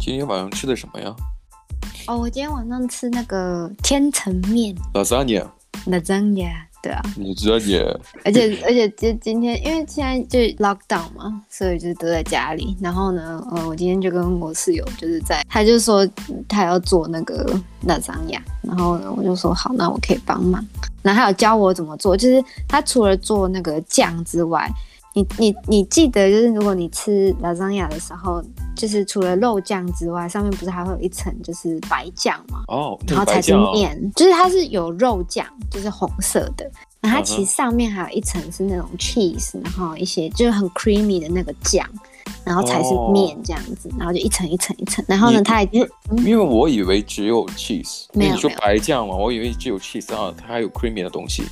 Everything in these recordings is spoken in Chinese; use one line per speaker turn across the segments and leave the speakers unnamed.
今天晚上吃的什么呀
哦，我今天晚上吃那个千层面
？Lasagna。
，lasagna，对啊，
你知道你
而且而且今今天因为现在就 lockdown 嘛，所以就都在家里。然后呢，呃，我今天就跟我室友就是在，他就说他要做那个那张牙，然后呢，我就说好，那我可以帮忙。然后还有教我怎么做，就是他除了做那个酱之外，你你你记得就是如果你吃拉张牙的时候，就是除了肉酱之外，上面不是还会有一层就是白酱吗？
哦，那
然后
个白
才是
酱啊
面，就是它是有肉酱，就是红色的。然后它
嗯哼
其实上面还有一层是那种 cheese，然后一些就是很 creamy 的那个酱，然后才是
哦
面这样子，然后就一层一层一层。然后呢，
你
它还
因为因为我以为只有 cheese，因
没有
为你说
没有
白酱嘛，我以为只有 cheese 啊，它还有 creamy 的东西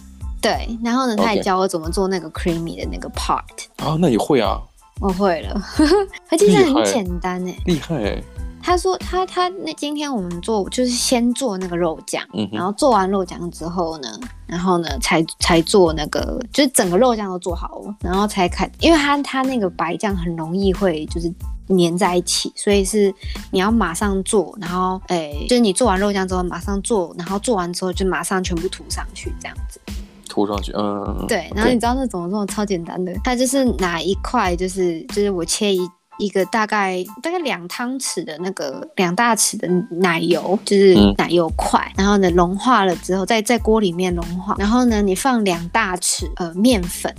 对，然后呢，它也
OK
教我怎么做那个 creamy 的那个 part，
啊，那你会啊，
我会了， 它其实
厉害
很简单诶。
厉害哎，
他说他他那今天我们做就是先做那个肉酱，
嗯
然
哼，
后做完肉酱之后呢，然后呢才才做那个，就是整个肉酱都做好了，然后才开，因为它它那个白酱很容易会就是粘在一起，所以是你要马上做，然后诶、就是你做完肉酱之后马上做，然后做完之后就马上全部涂上去这样子。
涂上去，嗯嗯，嗯
对，然后
OK
你知道那怎么做？超简单的，它就是拿一块，就是就是我切一。一个大概大概两汤匙的那个两大匙的奶油，就是
嗯
奶油块，然后呢融化了之后，在在锅里面融化，然后呢你放两大匙呃面粉，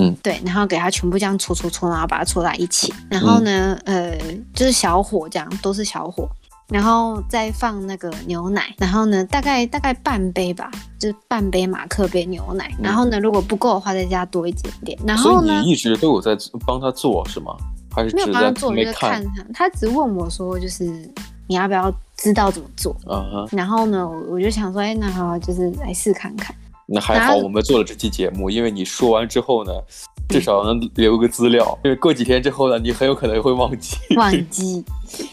嗯，
对，然后给它全部这样搓搓搓，然后把它搓在一起，然后呢、呃就是小火这样，都是小火，然后再放那个牛奶，然后呢，大概大概半杯吧，就是半杯马克杯牛奶。
嗯
然后呢，如果不够的话，再加多一点点。然
所
后
以
呢
你，一直都有在帮他做是吗？还是
没
只
有
是
帮他
在
做，我就
没
是
看
看他，他只问我说，就是你要不要知道怎么做？
啊哈？
然后呢，我我就想说，哎，那好，就是来试看看。
那还
然
好，
后
我们做了这期节目，因为你说完之后呢，至少能留个资料，因为过几天之后呢，你很有可能会忘记。
忘记。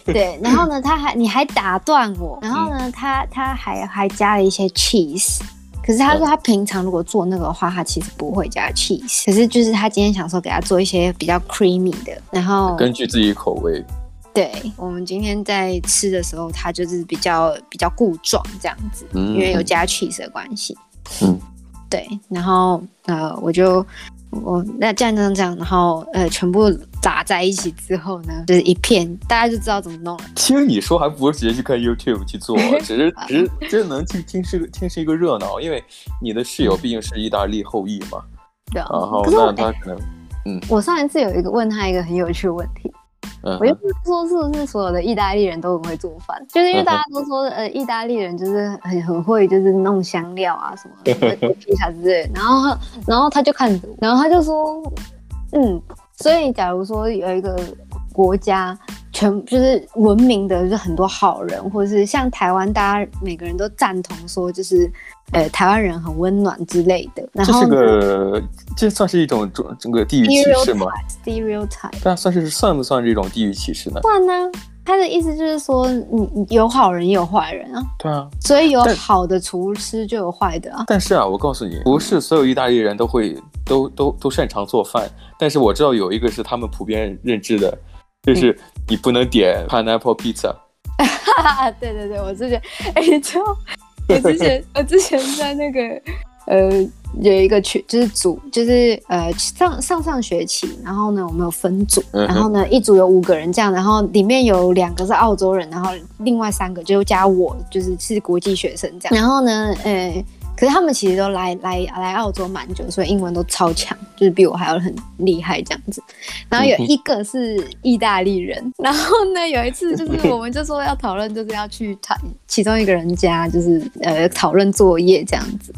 对，然后呢，他还你还打断我，然后呢，他他还还加了一些 cheese。可是他说他平常如果做那个的话，他其实不会加 cheese。可是就是他今天想说给他做一些比较 creamy 的，然后
根据自己口味，
对我们今天在吃的时候，他就是比较比较固状这样子，
嗯
因为有加 cheese 的关系。
嗯，
对，然后呃，我就我那这样这样这样，然后呃，全部打在一起之后呢，就是一片，大家就知道怎么弄了。
听你说还不如直接去看 YouTube 去 做，只是只是这能听听是听是一个热闹，因为你的室友毕竟是意大利后裔嘛，
对啊，
然后
可是我
哦那他可能
我上一次有一个问他一个很有趣的问题，
嗯
我就
哼
说是不是所有的意大利人都很会做饭？就是因为大家都说呃，意大利人就是很很会就是弄香料啊什么 的，披萨之类的。然后他然后他就看着我，然后他就说，嗯，所以假如说有一个国家。全就是文明的，就是很多好人，或者是像台湾，大家每个人都赞同说，就是，呃，台湾人很温暖之类的。然
这
后
是个这算是一种种整个地域歧视吗？
stereotype，stereotype，
但算是算不算这种地域歧视呢？
算呢、他的意思就是说，你你有好人也有坏人啊，
对啊，
所以有
但
好的厨师就有坏的啊。
但是啊，我告诉你，不是所有意大利人都会都都都擅长做饭，但是我知道有一个是他们普遍认知的，就是你不能点 pineapple pizza。
哈哈， 对对对，我之前，哎、你 知道，我之前我之前在那个呃有一个群，就是组，就是呃上上上学期，然后呢我们有分组，
嗯哼
然后呢一组有五个人这样，然后里面有两个是澳洲人，然后另外三个就加我，就是是国际学生这样，然后呢，呃。可是他们其实都来来来澳洲蛮久，所以英文都超强，就是比我还要很厉害这样子。然后有
嗯
一个是意大利人，然后呢，有一次 就是我们就说要讨论，就是要去他其中一个人家，就是呃讨论作业这样子。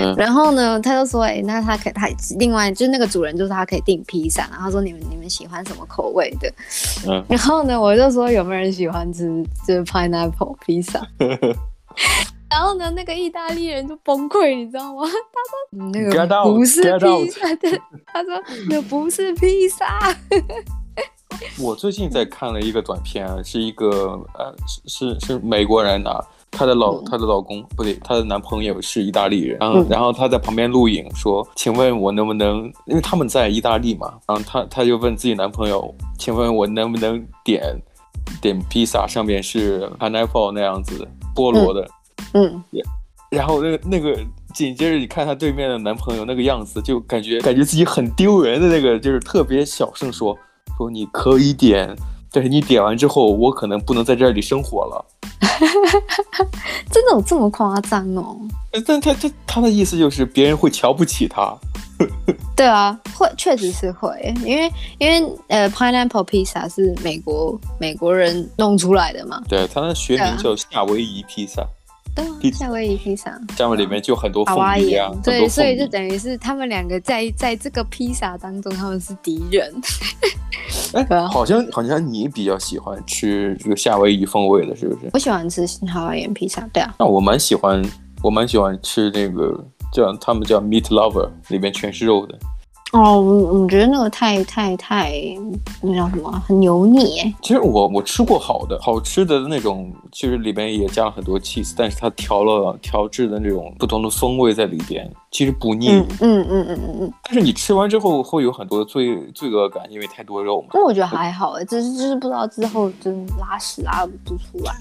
嗯
然后呢，他就说，哎、那他可以他另外就是那个主人就说他可以订披萨，然后说你们你们喜欢什么口味的？
嗯，
然后呢，我就说有没有人喜欢吃就是 pineapple 披萨？ 然后呢，那个意大利人就崩溃，你知道吗？ 他说嗯那
Get
个
out,
不是
get out
披萨，对，他说那不是披萨。
我最近
嗯
在看了一个短片，啊是一个呃，是是是美国人啊，她的老
嗯
她的老公不对，她的男朋友是意大利人，然后
嗯
然后她在旁边录影说，请问我能不能，因为他们在意大利嘛，然后她她就问自己男朋友，请问我能不能点点披萨，上面是 pineapple 那样子菠萝的，
嗯，
然后那个那个紧接着你看她对面的男朋友那个样子，就感觉感觉自己很丢人的那个，就是特别小声说说你可以点，但是你点完之后，我可能不能在这里生活了。
真的有 这么夸张哦？
呃但他他他的意思就是别人会瞧不起他，
对啊，会确实是会，因为因为呃，pineapple pizza 是美国美国人弄出来的嘛，
对，他的学
对
名
啊
叫夏威夷披萨，
对啊，
Pizza
夏威夷披萨。
下面里面就很多
好哇
凤梨啊，很多
对，所以
凤
就
梨
等于是他们两个在在这个披萨当中，他们是敌人。对
哎，
啊
好像好像你比较喜欢吃这个夏威夷风味的，是不是？
我喜欢吃好玩盐披萨，对啊，
那我蛮喜欢，我蛮喜欢吃那个叫他们叫 meat lover，里面全是肉的。
哦，我我觉得那个太太太那叫什么，很油腻哎。
其实我我吃过好的，好吃的那种，就是里面也加了很多 cheese，但是它调了调制的那种不同的风味在里边，其实不腻。
嗯嗯嗯嗯嗯嗯，
但是你吃完之后会有很多罪罪恶感，因为太多肉嘛。
那我觉得还好哎，只是就是不知道之后就是拉屎拉不出来。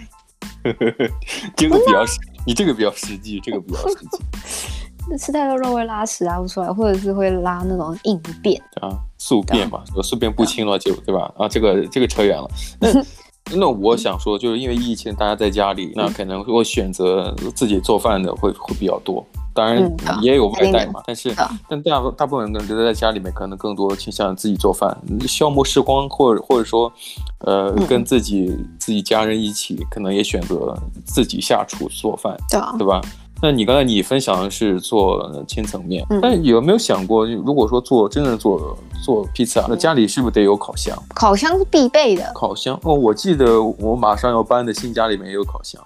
这个比较实，你这个比较实际，这个比较实际。
吃太多肉会拉屎拉不出来，或者是会拉那种硬便。
啊，宿便嘛，说宿便不清了就对吧？啊，这个这个扯远了。那 那我想说，就是因为疫情，大家在家里，
嗯
那可能会选择自己做饭的会会比较多。当然
嗯啊
也有外带
肯定
嘛，但是
啊
但大大部分人留在家里面，可能更多倾向自己做饭，消磨时光，或者或者说，呃，
嗯
跟自己自己家人一起，可能也选择自己下厨做饭。
对啊，
对吧？那你刚才你分享的是做呃千层面，
嗯
但有没有想过，如果说做真的做做披萨，那家里是不是得有烤箱？
烤箱是必备的。
烤箱哦，我记得我马上要搬的新家里面也有烤箱，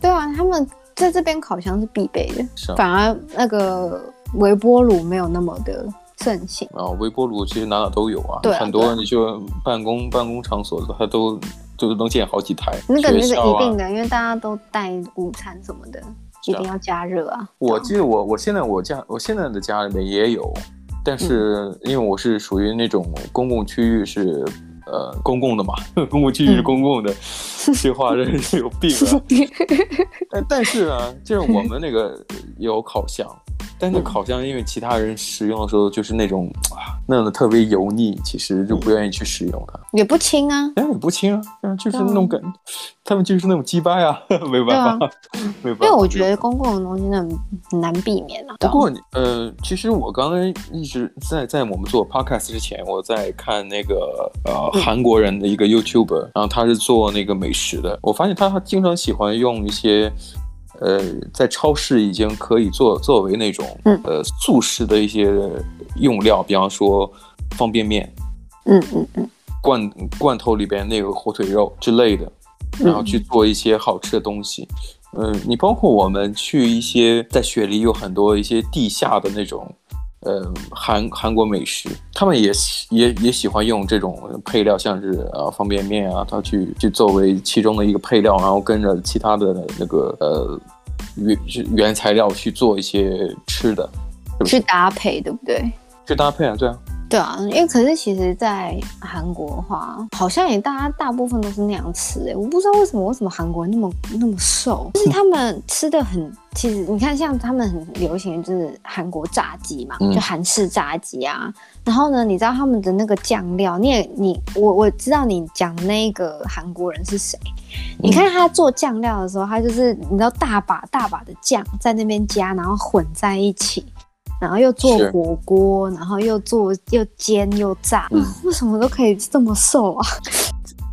对啊，他们在这边烤箱是必备的，
是啊。
反而那个微波炉没有那么的盛行。
然后微波炉其实哪哪都有啊，
对啊
很
对
多
啊
你就办公办公场所它都就是能建好几台，
那
学
个那是
校
一
啊
定。的，因为大家都带午餐什么的，
是
一
啊
定要加热啊。
我记得我我现在我家我现在的家里面也有，但
嗯
是因为我是属于那种公共区域是呃公共的嘛， 公共区域是
嗯
公共的， 这话真是啊有病啊！但但是呢，就是我们那个有烤箱，但是
嗯
烤箱因为其他人使用的时候就是那种啊那样的特别油腻，其实就不愿意去使用它。
也不轻啊，
但也不轻啊，嗯就是那种感，他们就是那种鸡巴呀，没办法， 没办法。
啊因为我觉得公共的东西那很难避免啊。
不
对啊
过你，呃，其实我刚才一直在在我们做 podcast 之前，我在看那个呃
嗯
韩国人的一个 YouTuber，然后他是做那个美食的，我发现他经常喜欢用一些。呃，在超市已经可以做作为那种
嗯
呃速食的一些用料，比方说方便面、
嗯嗯嗯
罐罐头里边那个火腿肉之类的，
嗯
然后去做一些好吃的东西。嗯，你包括我们去一些在雪梨有很多一些地下的那种，呃，韩韩国美食，他们也喜也也喜欢用这种配料，像是呃方便面啊，它去去作为其中的一个配料，然后跟着其他的那个呃原原材料去做一些吃的，是不
去
是？
搭配，对不对？
去搭配啊，对啊，
对啊，因为可是其实，在韩国的话，好像也大家大部分都是那样吃诶、我不知道为什么为什么韩国人那么那么瘦，就是他们吃的很，其实你看像他们很流行就是韩国炸鸡嘛，
嗯
就韩式炸鸡啊。然后呢，你知道他们的那个酱料，你也你我我知道你讲那个韩国人是谁，
嗯
你看他做酱料的时候，他就是你知道大把大把的酱在那边加，然后混在一起，然后又做
是
火锅，然后又做又煎又炸，
嗯
为什么都可以这么瘦啊？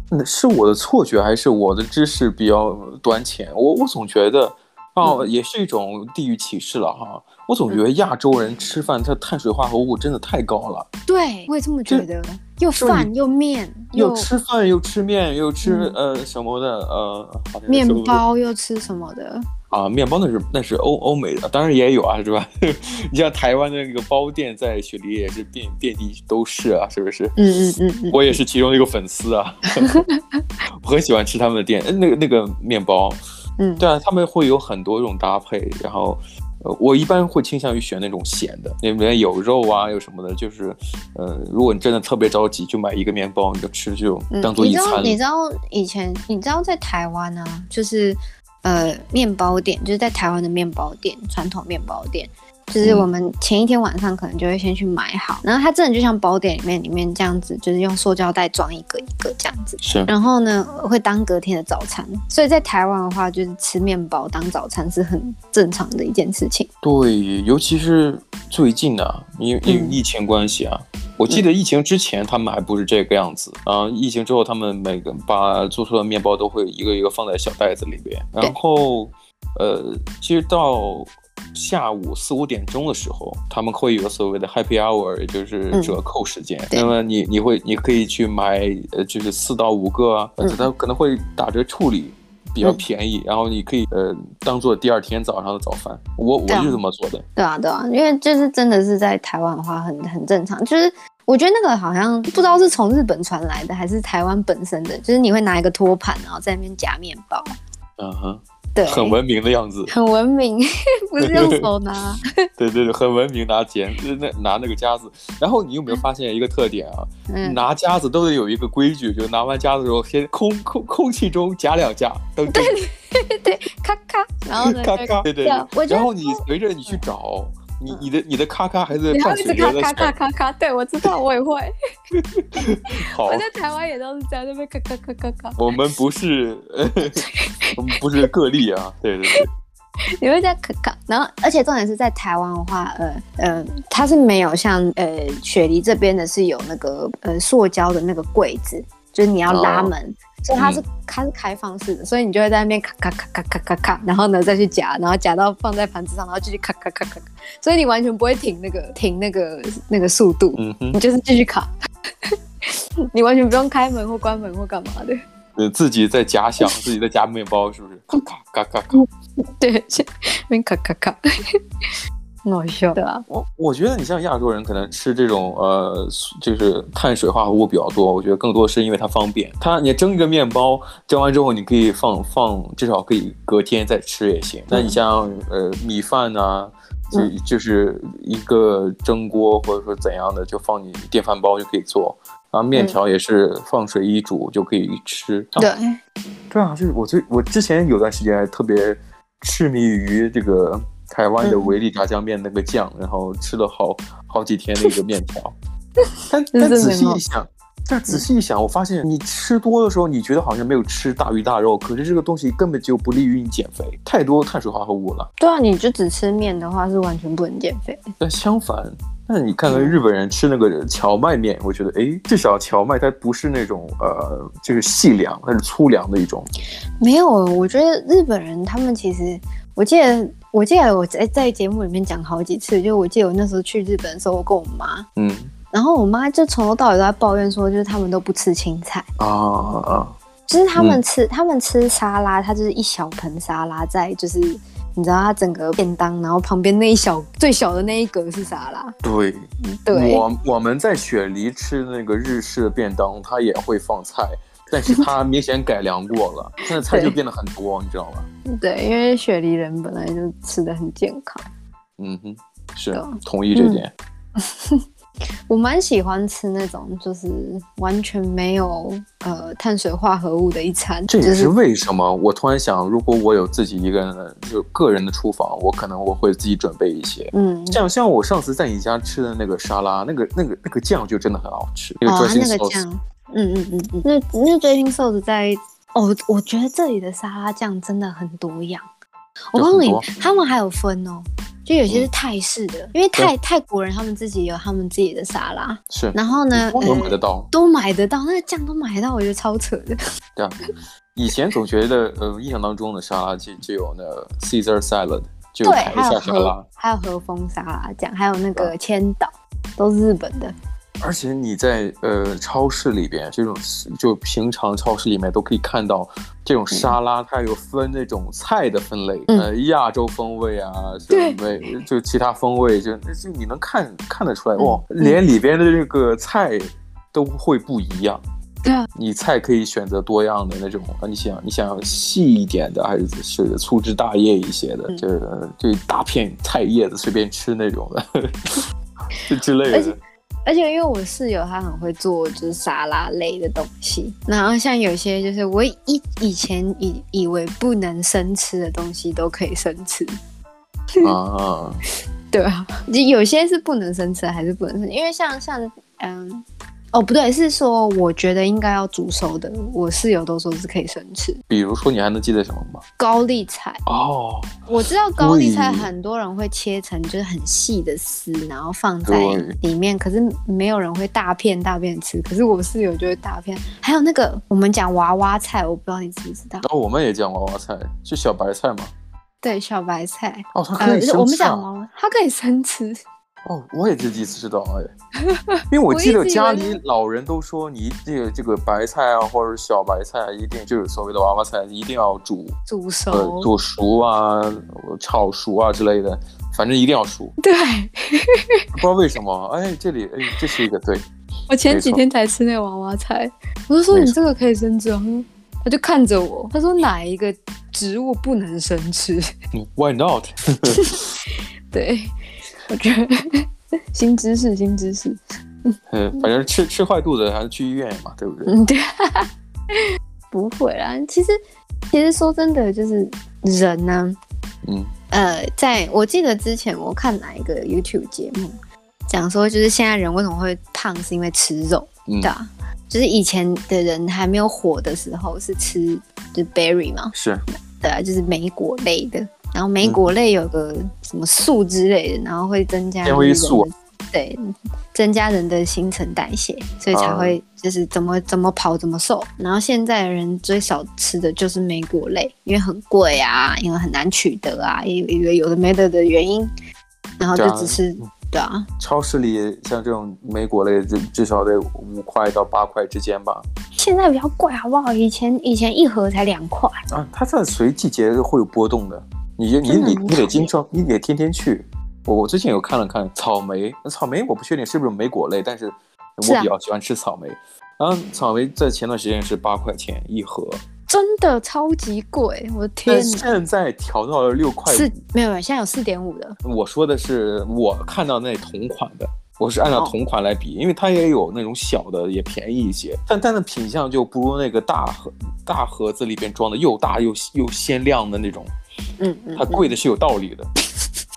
那是我的错觉，还是我的知识比较短浅？我我总觉得，哦，
嗯
也是一种地域歧视了哈。我总觉得亚洲人吃饭，他碳水化合物真的太高了，
对，我也这么觉得，又
是不是
饭又面
又
又
吃饭又吃面又吃
嗯
呃什么的呃，好像是
面
什么
包又吃什么的，
啊，面包那是那是欧欧美的，当然也有啊，是吧？ 你像台湾的那个包店在雪梨也是遍遍地都是啊，是不是？
嗯嗯嗯嗯，
我也是其中的一个粉丝啊， 我很喜欢吃他们的店，呃那个那个面包，
嗯
对啊，他们会有很多种搭配，然后呃，我一般会倾向于选那种咸的，里面有肉啊，有什么的，就是，呃，如果你真的特别着急，就买一个面包，你就吃，就
嗯
当做
你
一
知道
餐。
你知道以前你知道在台湾呢、就是呃面包店，就是在台湾的面包店，传统面包店。就是
嗯
我们前一天晚上可能就会先去买好，然后它真的就像包点里面里面这样子，就是用塑胶袋装一个一个这样子，
是，
然后呢会当隔天的早餐。所以在台湾的话，就是吃面包当早餐是很正常的一件事情。
对，尤其是最近啊，因为因为
嗯
疫情关系啊，我记得疫情之前他们还不是这个样子啊，疫情之后他们每个把做出的面包都会一个一个放在小袋子里边，
对
然后呃，其实到下午四五点钟的时候，他们会有所谓的 Happy Hour，也就是
嗯
折扣时间。
对
那么你你会你可以去买呃，就是四到五个啊，呃
嗯
它可能会打折处理。比较
嗯
便宜，然后你可以呃当做第二天早上的早饭，我我
对啊
是这么做的。
对啊，对啊，因为就是真的是在台湾的话很很正常，就是我觉得那个好像不知道是从日本传来的还是台湾本身的，就是你会拿一个托盘，然后在那边夹面包，
嗯哼，
对，，
很文明的样子
很文明， 不是用手拿，
对对对，很文明拿剪，就是那拿那个夹子。然后你有没有发现一个特点啊？
嗯，
拿夹子都得有一个规矩，就拿完夹子之后，先空空空气中夹两下，等等，
咔咔，然后呢，
咔咔，对对
对啊我
对。
觉得
然后你随着你去找，你你的你的咔咔还在
然后
伴
一直
随
咔
着在
咔咔
响，
咔咔，对我知道，我也会，
好
我。在台湾也都是这样，那边咔咔咔咔咔，
我们不 是，呃，我们不是个例啊，对对对，
你会在可靠，然后而且重点是在台湾的话，呃呃，它是没有像呃雪梨这边的是有那个呃塑胶的那个柜子，就是你要拉门，所以它是、它是开放式的，所以你就会在那边咔咔咔咔咔咔咔，然后呢再去夹，然后夹到放在盘子上，然后继续咔咔咔咔咔，所以你完全不会停那个停那个那个速度，
嗯
你
哼，
就是继续卡，你完全不用开门或关门或干嘛的。
呃自己在假想，自己在夹面包，是不是？咔咔咔咔。
对，就边咔咔咔，很好笑，对啊，
我我觉得你像亚洲人，可能吃这种呃，就是碳水化合物比较多。我觉得更多是因为它方便。它你蒸一个面包，蒸完之后你可以放放，至少可以隔天再吃也行。那你像呃米饭呐、就
嗯
就是一个蒸锅或者说怎样的，就放你电饭煲就可以做。然后面条也是放水一煮就可以吃。
对。
对啊，就是我最我之前有段时间还特别痴迷于这个台湾的
嗯
维力炸酱面那个酱，然后吃了好好几天的一个面条。但但
真
仔
没
细
毛
一想，但仔细一想，我发现你吃多的时候，你觉得好像没有吃大鱼大肉，可是这个东西根本就不利于你减肥，太多碳水化合物了。
对啊，你就只吃面的话，是完全不能减肥。
但相反，那你看看
嗯
日本人吃那个荞麦面，我觉得诶，至少荞麦它不是那种呃，就是细粮，它是粗粮的一种。
没有，我觉得日本人他们其实，我记得，我记得我在在节目里面讲好几次，就我记得我那时候去日本的时候，我跟我妈，
嗯
然后我妈就从头到尾都在抱怨说，就是他们都不吃青菜，
啊啊啊！
就是他们吃、他们吃沙拉，它就是一小盆沙拉在就是。你知道它整个便当，然后旁边那一小最小的那一格是沙拉，
对，
对，
我我们在雪梨吃那个日式的便当，它也会放菜，但是 它明显改良过了，现在菜就
对
变得很多，你知道吗？
对，因为雪梨人本来就吃的很健康。
嗯哼，是
对
同意这
嗯
点。
我蛮喜欢吃那种就是完全没有呃碳水化合物的一餐，
这也
就是
为什么我突然想，如果我有自己一个人的，就个人的厨房，我可能我会自己准备一些。
嗯
像像我上次在你家吃的那个沙拉，那个那个那个酱就真的很好吃，那个
啊
dressing
那个
sauce，
酱，嗯嗯嗯嗯，那那最近瘦子在哦，我觉得这里的沙拉酱真的很多样。我
有
告诉
很
你
多，
他们还有分哦，就有些是
嗯
泰式的，因为泰泰国人他们自己有他们自己的沙拉，
是
然后呢，
都能买
呃
得到。
都买得到，那个酱都买得到，我觉得超扯的。
对啊，以前总觉得，呃，印象当中的沙拉就就有那 Caesar salad，就有
对，
凯
还有
撒沙拉啊
和。还有和风沙拉酱，还有那个千岛，都是日本的。
而且你在呃超市里边，这种就平常超市里面都可以看到这种沙拉，它有分那种菜的分类，
嗯
呃，亚洲风味啊，什
对
么就其他风味，就就你能看看得出来，
嗯
哦，
嗯
连里边的这个菜都会不一样。
对啊，
你菜可以选择多样的那种，你想你想要细一点的，还是是粗枝大叶一些的，
嗯
就是就一大片菜叶子随便吃那种的， 就之类
而
的
且。而且因为我室友她很会做就是沙拉类的东西，然后像有些就是我以以前以以为不能生吃的东西都可以生吃，
啊，
对啊， 就有些是不能生吃，还是不能生，因为像像嗯，哦不对，是说我觉得应该要煮熟的，我室友都说是可以生吃
比如说你还能记得什么吗？
高丽菜。
哦，
我知道高丽菜
对
很多人会切成就是很细的丝，然后放在
对
里面，可是没有人会大片大片吃。可是我室友就会大片。还有那个我们讲娃娃菜，我不知道你知不知道？
然后我们也讲娃娃菜，是小白菜吗？
对，小白菜，
哦，它可
呃
以，生
我们
吃啊
讲娃娃，它可以生吃。
哦，我也是第一次知道哎， 因为我
我
记
一
得
直以
家
为
里老人都说，你这个这个白菜啊，或者小白菜，啊一定就是所谓的娃娃菜，一定要煮，
煮熟，
呃，煮熟啊，炒熟啊之类的，反正一定要熟。
对
不知道为什么，哎，这里哎，这是一个对，
我前
没
几
错
天才吃那个娃娃菜，我就说
没
你
错
这个可以生吃哦，他就看着我，他说哪一个植物不能生吃？
嗯 why not？
对，我觉得 新知识，新知识。
嗯，反正吃吃坏肚子还是去医院嘛，对不对？
嗯，对， 不会啦。其实，其实说真的，就是人呢、
嗯，
呃，在我记得之前我看哪一个 YouTube 节目，讲说就是现在人为什么会胖，是因为吃肉，
嗯
对啊。就是以前的人还没有火的时候是吃就是 berry 嘛，
是，
对啊，就是莓果类的。然后莓
嗯
果类有个什么素之类的，然后会增加
纤维
人的
素，啊
对，增加人的新陈代谢，所以才
啊
会就是怎么怎么跑怎么瘦。然后现在的人最少吃的就是莓果类，因为很贵啊，因为很难取得啊，因为因为有的没的的原因，然后就
对啊
只吃对啊，
超市里像这种莓果类，至至少得五块到八块之间吧。
现在比较贵好不好？以前以前一盒才两块，
啊，它在随季节会有波动的，你你
真的
你
很
你得
讨
经
厌
常，你得天天去。我我最近有看了看草莓，那草莓我不确定是不是莓果类，但是
是
我
啊
比较喜欢吃草莓。然后草莓在前段时间是八块钱一盒，
真的超级贵，我的天
但
哪！
现在调到了六块
四
五。
没有没有，现在有四点五的，
我说的是我看到那同款的，我是按照
哦
同款来比，因为它也有那种小的也便宜一些，但但那品相就不如那个大盒大盒子里边装的又大又又鲜亮的那种。
嗯嗯，
它
嗯
贵的是有道理的，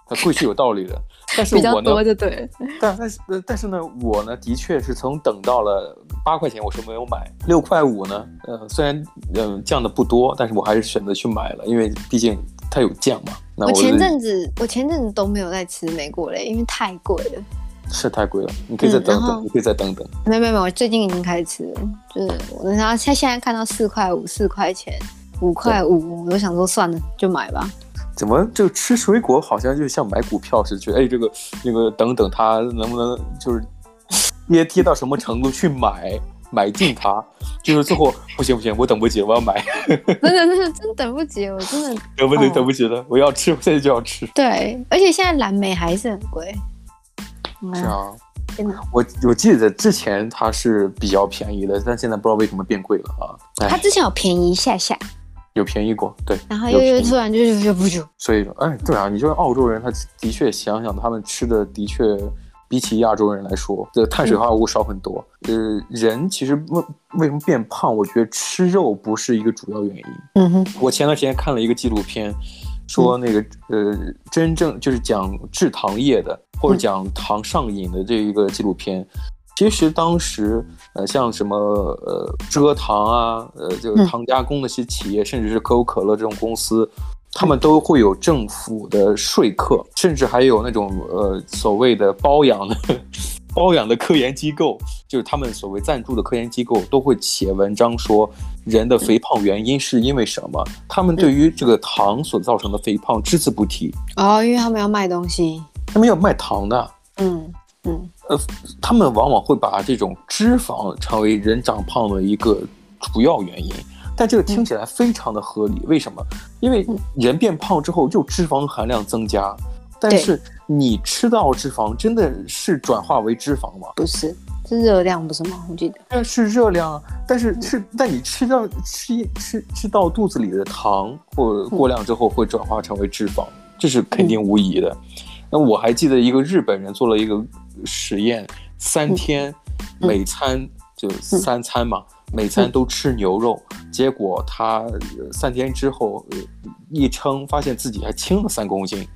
它贵是有道理的。但是
比较
我呢，
多就对了，
但但是呃但是呢，我呢的确是从等到了八块钱，我是没有买六块五呢。呃，虽然呃降的不多，但是我还是选择去买了，因为毕竟它有降嘛。那
我前
就
阵子我前阵子都没有在吃莓果类，因为太贵了。
是太贵了，你可以再
嗯
等
然
等，
后
你可以再等等。
没有没有没有，我最近已经开始吃了，就是我然后现现在看到四块五、四块钱、五块五，我就想说算了，就买吧。
怎么这个吃水果好像就像买股票似的，觉得哎这个那个等等它能不能就是 跌跌到什么程度去买买进它，就是最后不行不行，我等不及，我要买。
真的真的真等不及，我真的
等不及，
哦
等不及了，我要吃， 我现在就要吃。
对，而且现在蓝莓还是很贵。嗯
是啊，
天哪
我我记得之前它是比较便宜的，但现在不知道为什么变贵了啊。
它
哎，
之前有便宜一下下，
有便宜过，对，
然后
有
又
便
又
宜
突然就就就不久，
所以说，哎，对啊，你说澳洲人，他的确想想，他们吃的的确比起亚洲人来说，这个碳水化合物少很多。呃，人其实为为什么变胖，我觉得吃肉不是一个主要原因。
嗯哼，
我前段时间看了一个纪录片，说那个、呃，真正就是讲制糖业的或者讲糖上瘾的这一个纪录片。其实当时，呃，像什么呃蔗糖啊，呃，就
嗯
糖加工的一些企业，甚至是可口可乐这种公司，他们都会有政府的说客，甚至还有那种呃所谓的包养的 包养的科研机构，就是他们所谓赞助的科研机构都会写文章说人的肥胖原因是因为什么，他们对于这个糖所造成的肥胖只字不提，
哦，因为他们要卖东西，
他们要卖糖的。
嗯嗯，
他们往往会把这种脂肪成为人长胖的一个主要原因。但这个听起来非常的合理，为什么？因为人变胖之后，就脂肪含量增加，但
对
是你吃到脂肪真的是转化为脂肪吗？
不是，是热量不是吗？我记得
但是热量，但
嗯
是吃，但你吃到吃吃吃到肚子里的糖
嗯
或过量之后，会转化成为脂肪，这是肯定无疑的。那我还记得一个日本人做了一个实验，三天
嗯
每餐就三餐嘛，每餐都吃牛肉，结果他呃三天之后呃一称，发现自己还轻了三公斤。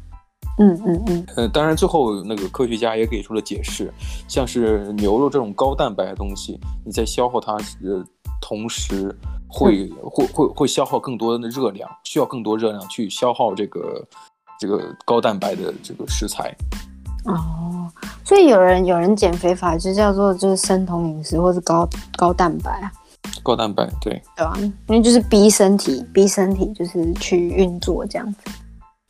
嗯嗯嗯
呃，当然，最后那个科学家也给出了解释，像是牛肉这种高蛋白的东西，你在消耗它呃同时会、会会会消耗更多的热量，需要更多热量去消耗这个这个高蛋白的这个食材。
哦，所以有人有人减肥法就叫做就是生酮饮食或是高高蛋白啊，
高蛋白，对
对吧、因为就是逼身体逼身体就是去运作这样子。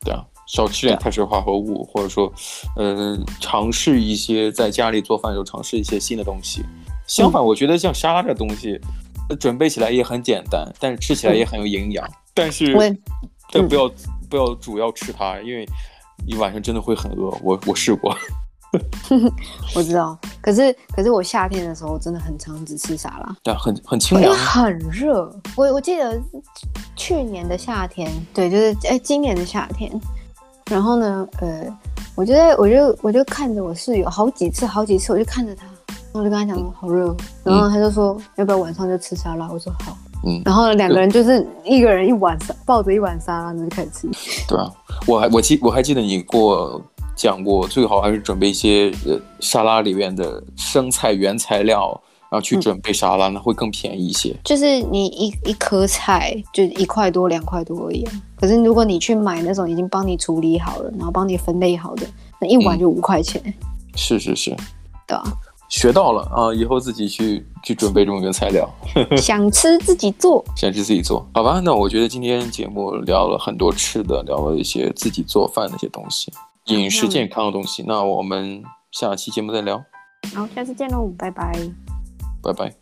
对啊，少吃点碳水化合物，或者说，呃，尝试一些在家里做饭的时候尝试一些新的东西。相
嗯
反，我觉得像沙拉这东西，呃准备起来也很简单，但是吃起来也很有营养。但是
嗯我也
但
嗯
不要、不要主要吃它，因为你晚上真的会很饿。我我试过，
我知道，可是可是我夏天的时候真的很常只吃沙拉，
但很很清
因为
凉。
很热。我我记得去年的夏天，对，就是哎、今年的夏天，然后呢，呃，我就在我就我就看着我室友好几次好几次，我就看着他，然后我就跟他讲说好热，哦然后他就说、要不要晚上就吃沙拉，我说好。
嗯
然后两个人就是一个人一碗沙，抱着一碗沙拉，然后就开始吃。
对啊，我还我记我还记得你给我讲过，最好还是准备一些呃沙拉里面的生菜原材料，然后去
嗯
准备沙拉，那会更便宜一些。
就是你一一颗菜就一块多两块多而已、啊。可是如果你去买那种已经帮你处理好了，然后帮你分类好的，那一碗就五块钱，
是是是，
对吧、
学到了啊，以后自己去去准备这种原材料，
想吃自己做，
想去自己做，好吧？那我觉得今天节目聊了很多吃的，聊了一些自己做饭的一些东西，饮食
嗯
健康的东西。那我们下期节目再聊，
然后下次见喽，拜拜。
拜拜。